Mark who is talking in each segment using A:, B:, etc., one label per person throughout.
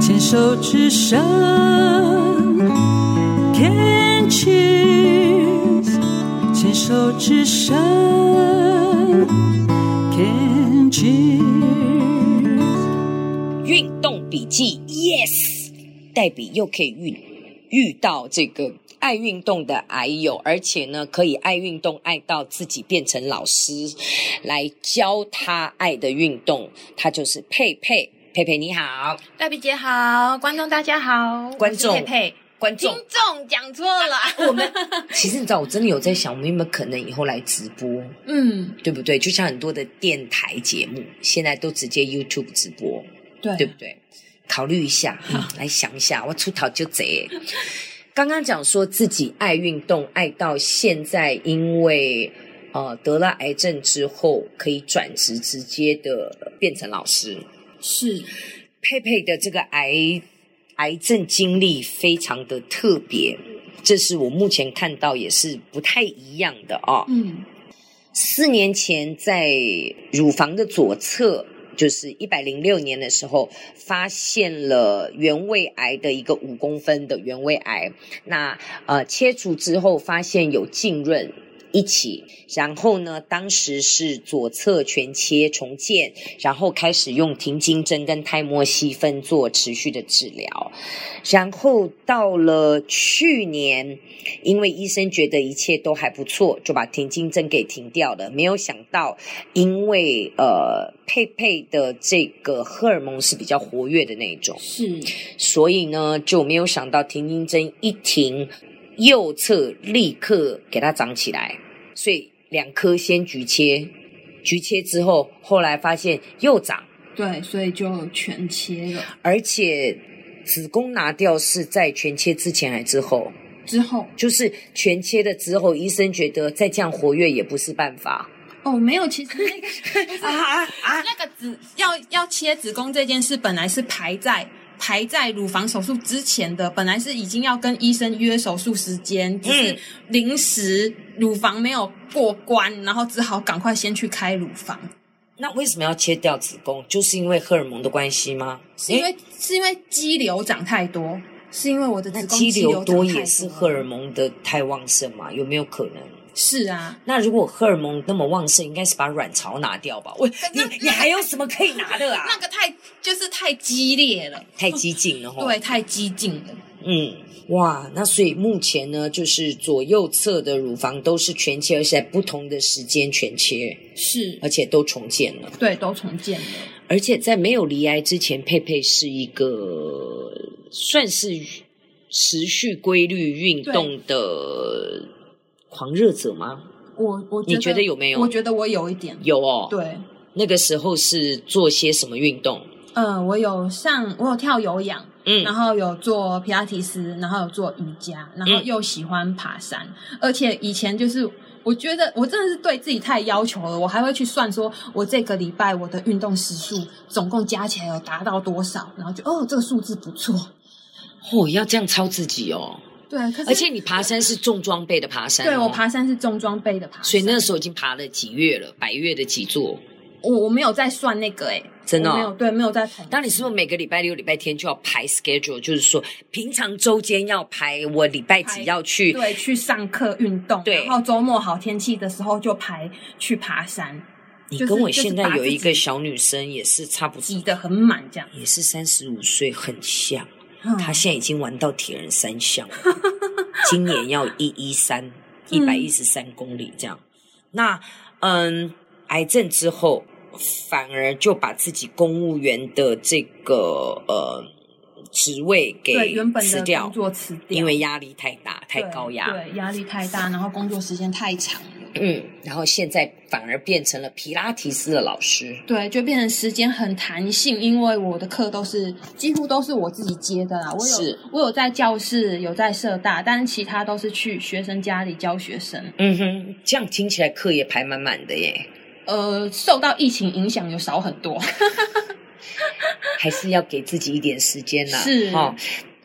A: 牵手之声，Can cheers，牵手之声，Can cheers。
B: 运动笔记，yes，黛比又可以遇遇到这个爱运动的癌友，而且呢，可以爱运动爱到自己变成老师，来教他爱的运动，他就是佩佩。佩佩你好，
C: 黛比姐好，观众大家好，
B: 观众
C: 我是佩佩，
B: 观
C: 听
B: 众。
C: 众讲错了，我们
B: 其实你知道，我真的有在想，我们有没有可能以后来直播，
C: 嗯，
B: 对不对？就像很多的电台节目，现在都直接 YouTube 直播。
C: 对
B: 对不对？考虑一下，来想一下，我出逃就贼。刚刚讲说自己爱运动，爱到现在，因为呃得了癌症之后，可以转职，直接的变成老师。
C: 是
B: 佩佩的这个癌癌症经历非常的特别，这是我目前看到也是不太一样的哦。
C: 嗯
B: 四年前在乳房的左侧，就是一百零六年的时候，发现了原位癌的一个五公分的原位癌。那呃，切除之后发现有浸润。一起，然后呢？当时是左侧全切重建，然后开始用停经针跟胎膜细分做持续的治疗，然后到了去年，因为医生觉得一切都还不错，就把停经针给停掉了。没有想到，因为呃佩佩的这个荷尔蒙是比较活跃的那一种，
C: 是
B: 所以呢就没有想到停经针一停，右侧立刻给它长起来，所以两颗先局切，局切之后，后来发现又长。
C: 对，所以就全切了
B: 而且子宫拿掉是在全切之前还之后？
C: 之后，
B: 就是全切了之后，医生觉得再这样活跃也不是办法
C: 哦，没有，其实那个
B: 啊啊！
C: 那个子要要切子宫这件事，本来是排在。排在乳房手术之前的，本来是已经要跟医生约手术时间，只
B: 嗯
C: 是临时乳房没有过关，然后只好赶快先去开乳房。
B: 那为什么要切掉子宫？就是因为荷尔蒙的关系吗？
C: 是因为、是因为肌瘤长太多，是因为我的
B: 那
C: 子宫
B: 肌瘤
C: 瘤
B: 多
C: 长太
B: 也是荷尔蒙的太旺盛嘛？有没有可能？
C: 是啊，
B: 那如果荷尔蒙那么旺盛，应该是把卵巢拿掉吧？我你你还有什么可以拿的啊？
C: 那个太就是太激烈了，
B: 太激进了哈！
C: 对，太激进了，
B: 嗯，哇，那所以目前呢，就是左右侧的乳房都是全切，而且在不同的时间全切，
C: 是
B: 而，且都重建了。
C: 对，都重建了，
B: 而且在没有离癌之前，佩佩是一个呃算是持续规律运动的狂热者吗？
C: 我我
B: 你觉得有没有
C: 我觉得我有一点，
B: 有哦，，
C: 对，
B: 那个时候是做些什么运动？
C: 嗯，我有上，我有跳有氧，然
B: 嗯，
C: 后有做皮拉提斯，然后有做瑜伽，然后又喜欢爬山，而且以前就是。我觉得我真的是对自己太要求了，我还会去算说，我这个礼拜我的运动时数总共加起来有达到多少，然后就哦，这个数字不错。
B: 哦，要这样操自己哦，
C: 对，可是
B: 而且你爬山是重装备的爬山、哦，
C: 对我爬山是重装备的爬山，
B: 所以那时候已经爬了几月了，百月的几座。
C: 我我没有在算那个哎、欸，
B: 真的哦
C: 我没有对，没有在统计
B: 那你是不是每个礼拜六、礼拜天就要排 schedule？就是说，平常周间要排，我礼拜几
C: 排
B: 要去？
C: 对去上课运动，
B: 对
C: 然后周末好天气的时候就排去爬山，
B: 你
C: 就是
B: 跟我
C: 就是
B: 现在
C: 把
B: 有
C: 自
B: 一个
C: 己
B: 小女生也是差不
C: 挤
B: 多，
C: 得很满这样。
B: 也是三十五岁，很像。
C: 嗯
B: 她现在已经玩到铁人三项 了，今年要一一
C: 嗯
B: 三，一百一十三公里这样。那嗯，癌症之后反而就把自己公务员的这个呃职位
C: 对
B: 给
C: 原本
B: 辞
C: 的
B: 掉
C: 工，作辞掉，
B: 因为压力太大，太高压。
C: 对压力太大，然后工作时间太长了，
B: 嗯，然后现在反而变成了皮拉提斯的老师。
C: 对，就变成时间很弹性，因为我的课都是几乎都是我自己接的啦，我有
B: 是
C: 我有在教室，有在社大，但是其他都是去学生家里教学生。
B: 嗯哼，这样听起来课也排满满的耶，
C: 呃，受到疫情影响有少很多，
B: 还是要给自己一点时间啦。
C: 是
B: 哦，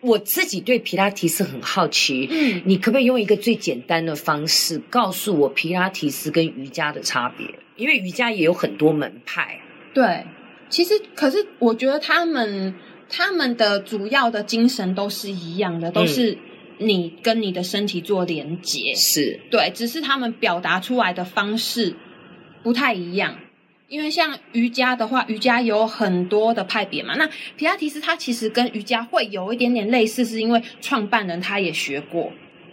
B: 我自己对皮拉提斯很好奇，
C: 嗯，
B: 你可不可以用一个最简单的方式告诉我皮拉提斯跟瑜伽的差别？因为瑜伽也有很多门派。
C: 对，其实可是我觉得他们他们的主要的精神都是一样的，都是你跟你的身体做连接，
B: 是
C: 对，只是他们表达出来的方式不太一样。因为像瑜伽的话，瑜伽有很多的派别嘛。那皮拉提斯它其实跟瑜伽会有一点点类似，是因为创办人他也学过，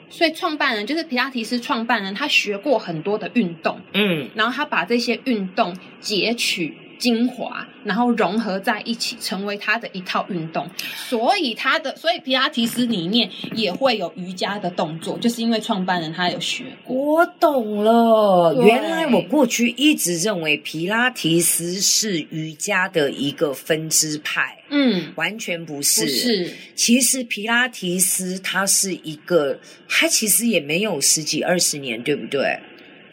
C: 所以创办人就是皮拉提斯创办人，他学过很多的运动，
B: 嗯
C: 然后他把这些运动截取精华，然后融合在一起，成为他的一套运动。所以他的，所以皮拉提斯里面也会有瑜伽的动作，就是因为创办人他有学过。
B: 我懂了，
C: 对
B: 原来我过去一直认为皮拉提斯是瑜伽的一个分支派，
C: 嗯，
B: 完全不
C: 不
B: 是。
C: 是，
B: 其实皮拉提斯它是一个，它其实也没有十几二十年，对不对？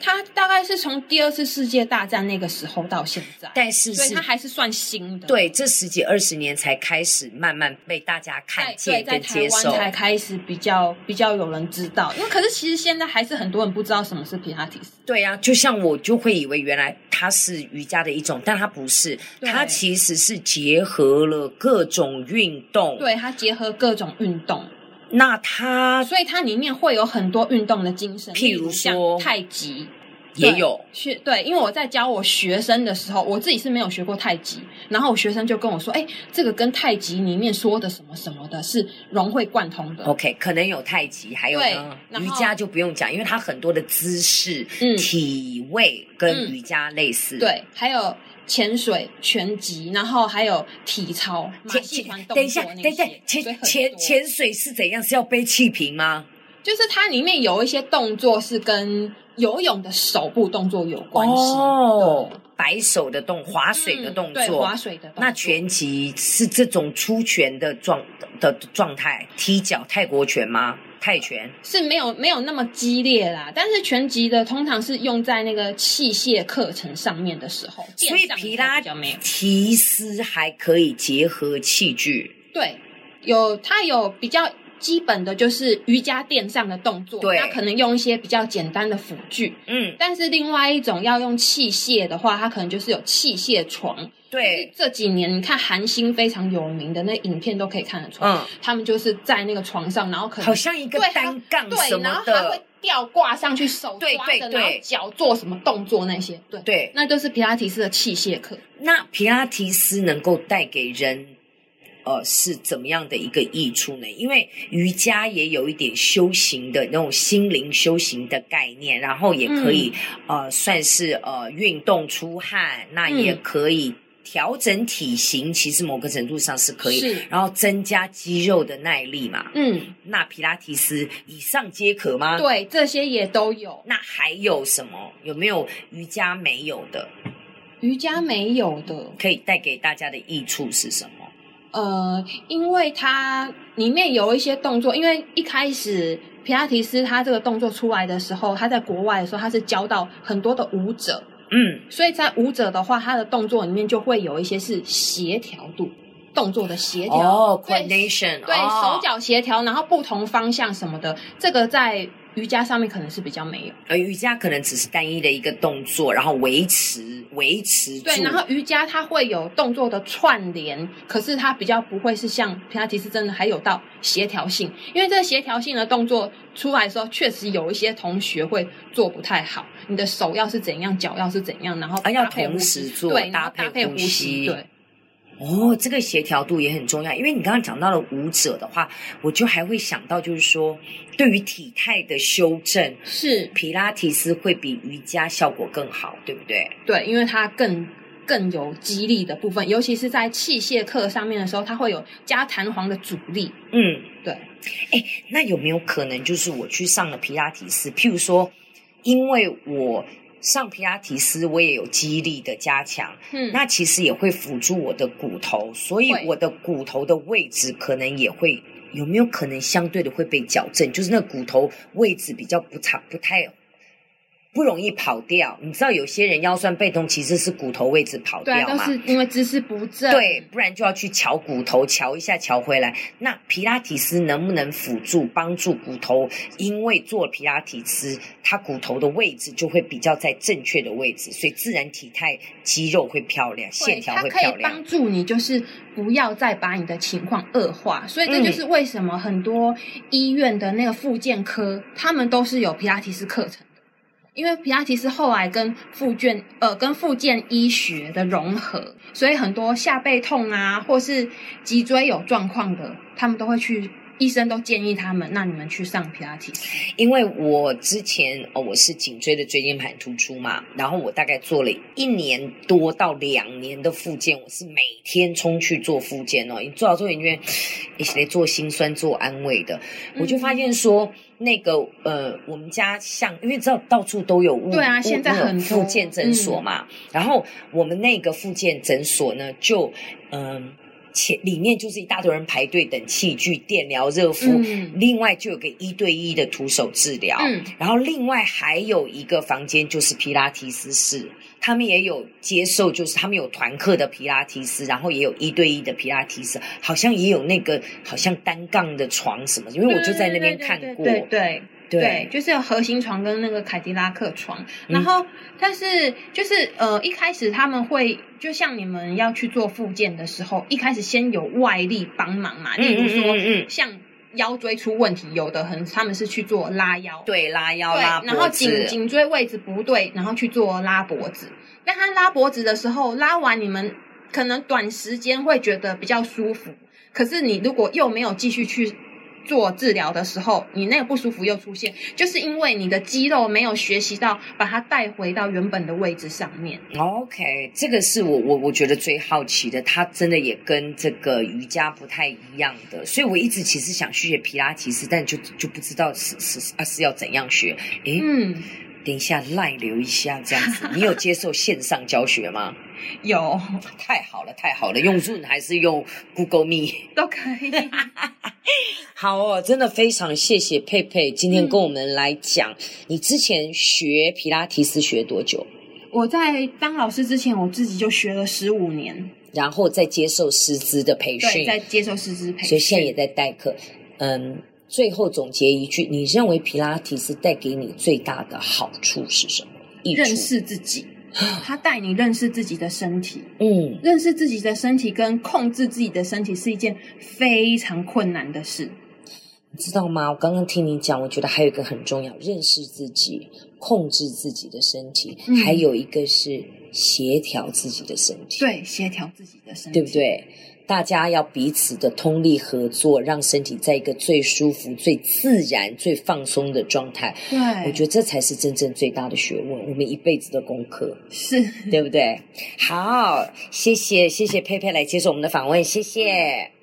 C: 他大概是从第二次世界大战那个时候到现在，
B: 但是
C: 所以
B: 是
C: 他还是算新的。
B: 对这十几二十年才开始慢慢被大家看
C: 在对，
B: 见
C: 在
B: 跟
C: 台
B: 接
C: 湾
B: 受。
C: 才开始比较比较有人知道，因为可是其实现在还是很多人不知道什么是皮拉提斯。
B: 对啊，就像我就会以为原来它是瑜伽的一种，但它不是，
C: 对
B: 它其实是结合了各种运动。，
C: 对，它结合各种运动，
B: 那它
C: 所以它里面会有很多运动的精神，
B: 譬如
C: 例像
B: 说
C: 太极
B: 也
C: 对
B: 有
C: 学对，因为我在教我学生的时候，我自己是没有学过太极，然后我学生就跟我说，哎，这个跟太极里面说的什么什么的是融会贯通的，
B: OK，可能有太极，还有呢
C: 对然后
B: 瑜伽就不用讲，因为它很多的姿势、
C: 嗯
B: 体位
C: 嗯
B: 跟瑜伽类似。
C: 对，还有潜水、拳击，然后还有体操、马
B: 潜。
C: 戏
B: 潜
C: 团动
B: 等一下，
C: 作那
B: 等
C: 些，
B: 一下，
C: 所以
B: 潜
C: 很
B: 潜
C: 多
B: 潜水是怎样？是要背气瓶吗？
C: 就是它里面有一些动作是跟游泳的手部动作有关系，
B: 哦，摆手的动，划
C: 对
B: 水的动
C: 嗯对
B: 作，
C: 划水的动作，
B: 那拳击是这种出拳的状的的状态，踢脚泰国拳吗？泰拳
C: 是没有没有那么激烈啦，但是拳击的通常是用在那个器械课程上面的时候，
B: 所以
C: 电上
B: 皮
C: 它
B: 拉
C: 比较没有
B: 提斯还可以结合器具，
C: 对，有它有比较基本的就是瑜伽垫上的动作，
B: 对
C: 那可能用一些比较简单的辅具，
B: 嗯，
C: 但是另外一种要用器械的话，它可能就是有器械床。
B: 对，
C: 这几年你看韩星非常有名的那影片都可以看得出来，
B: 嗯，
C: 他们就是在那个床上，然后可能
B: 好像一个
C: 对它
B: 单杠什
C: 对，然
B: 么
C: 后他会
B: 的，
C: 吊挂上去，手抓
B: 对对
C: 着，
B: 对
C: 然后脚做什么动作那些，对，
B: 对。
C: 那就是皮拉提斯的器械课。
B: 那皮拉提斯能够带给人，呃，是怎么样的一个益处呢？因为瑜伽也有一点修行的那种心灵修行的概念，然后也可以、
C: 嗯
B: 呃，算是呃运动出汗，那也可
C: 嗯
B: 以调整体型，其实某个程度上是可以，
C: 是，
B: 然后增加肌肉的耐力嘛。
C: 嗯，
B: 那皮拉提斯以上皆可吗？。
C: 对，这些也都有。
B: 那还有什么？有没有瑜伽没有的，
C: 瑜伽没有的，
B: 可以带给大家的益处是什么？
C: 呃，因为它里面有一些动作，因为一开始皮拉提斯他这个动作出来的时候，他在国外的时候，他是教到很多的舞者，
B: 嗯，
C: 所以在舞者的话，他的动作里面就会有一些是协调度，动作的协调。
B: 哦
C: 对
B: ，coordination，
C: 对
B: 哦
C: 手脚协调，然后不同方向什么的，这个在瑜伽上面可能是比较没有。
B: 呃，瑜伽可能只是单一的一个动作，然后维持维持住。
C: 对，然后瑜伽它会有动作的串联，可是它比较不会是像皮拉提斯真的还有到协调性，因为这个协调性的动作出来的时候，确实有一些同学会做不太好，你的手要是怎样，脚要是怎样，然后
B: 啊要
C: 搭配呼
B: 同
C: 吸
B: 时做
C: 对，然后
B: 搭配
C: 搭配
B: 呼
C: 吸，
B: 吸
C: 对，
B: 哦，这个协调度也很重要，因为你刚刚讲到了舞者的话，我就还会想到就是说，对于体态的修正，
C: 是，
B: 皮拉提斯会比瑜伽效果更好，对不对？
C: 对，因为它更。更有激励的部分，尤其是在器械课上面的时候，它会有加弹簧的阻力，
B: 嗯，
C: 对。
B: 哎，那有没有可能就是我去上了皮拉提斯？譬如说，因为我上皮拉提斯，我也有肌力的加强，
C: 嗯，
B: 那其实也会辅助我的骨头，所以
C: 会
B: 我的骨头的位置可能也会有没有可能相对的会被矫正，就是那骨头位置比较不差，不太不容易跑掉。你知道有些人腰酸背痛其实是骨头位置跑
C: 对啊，
B: 掉
C: 都
B: 嘛？
C: 是因为姿势不正。
B: 对，不然就要去瞧骨头，瞧一下，瞧回来。那皮拉提斯能不能辅助帮助骨头？因为做皮拉提斯，它骨头的位置就会比较在正确的位置，所以自然体态肌肉会漂亮，
C: 对，
B: 线条
C: 它
B: 会
C: 可
B: 漂
C: 以
B: 亮。
C: 帮助你，就是不要再把你的情况恶化。所以这就是为什么很多医院的那个复健科，他们都是有皮拉提斯课程的，因为皮拉提斯后来跟复健呃跟复健医学的融合，所以很多下背痛啊，或是脊椎有状况的，他们都会去。医生都建议他们，那你们去上皮拉提斯。
B: 因为我之前哦，我是颈椎的椎间盘突出嘛，然后我大概做了一年多到两年的复健，我是每天冲去做复健哦，你做到做因为一起来做心酸、做安慰的，
C: 嗯
B: 我就发现说，那个呃，我们家像，因为知道到处都有物，
C: 对啊
B: 物
C: 现在很
B: 那种
C: 多嗯
B: 复健诊所嘛。然后我们那个复健诊所呢，就嗯、前里面就是一大堆人排队等器具、电疗、热敷，
C: 嗯
B: 另外就有个一对一的徒手治疗，
C: 嗯，
B: 然后另外还有一个房间就是皮拉提斯室，他们也有接受，就是他们有团课的皮拉提斯，然后也有一对一的皮拉提斯，好像也有那个好像单杠的床什么，因为我就在那边看过，
C: 对对对对对对，就是有核心床跟那个凯迪拉克床，
B: 嗯
C: 然后、但是就是呃，一开始他们会就像你们要去做复健的时候，一开始先有外力帮忙嘛，
B: 嗯
C: 例如
B: 嗯
C: 说、
B: 嗯嗯嗯
C: 像腰椎出问题，有的很他们是去做拉腰，
B: 对拉腰
C: 对
B: 拉，
C: 然后
B: 脖
C: 颈
B: 子，
C: 颈椎位置不对，然后去做拉脖子。但他拉脖子的时候，拉完你们可能短时间会觉得比较舒服，可是你如果又没有继续去做治疗的时候，你那个不舒服又出现，就是因为你的肌肉没有学习到把它带回到原本的位置上面。
B: OK，这个是我我我觉得最好奇的，它真的也跟这个瑜伽不太一样的，所以我一直其实想去学皮拉提斯，但就就不知道是是啊是要怎样学。诶，
C: 嗯，
B: 等一下赖留一下这样子，你有接受线上教学吗？
C: 有
B: 太好了，太好了，用 Zoom 还是用 Google Meet？
C: 都可 以。
B: 好哦，真的非常谢谢佩佩今天
C: 嗯
B: 跟我们来讲，你之前学皮拉提斯学多久？
C: 我在当老师之前，我自己就学了十五年，
B: 然后再接受师资的培
C: 对，
B: 训，
C: 在接受师资培训，
B: 所以现在也在代课。嗯，最后总结一句，你认为皮拉提斯带给你最大的好处是什么？益处
C: 认？识自己，
B: 啊
C: 他带你认识自己的身体，
B: 嗯
C: 认识自己的身体跟控制自己的身体是一件非常困难的事。
B: 你知道吗？我刚刚听你讲，我觉得还有一个很重要，认识自己，控制自己的身体，
C: 嗯
B: 还有一个是协调自己的身体，
C: 对，协调自己的身体，
B: 对不？对？大家要彼此的通力合作，让身体在一个最舒服、最自然、最放松的状态。
C: 对，
B: 我觉得这才是真正最大的学问，我们一辈子的功课，
C: 得是。
B: 对不对？好，谢谢谢谢佩佩来接受我们的访问，谢谢。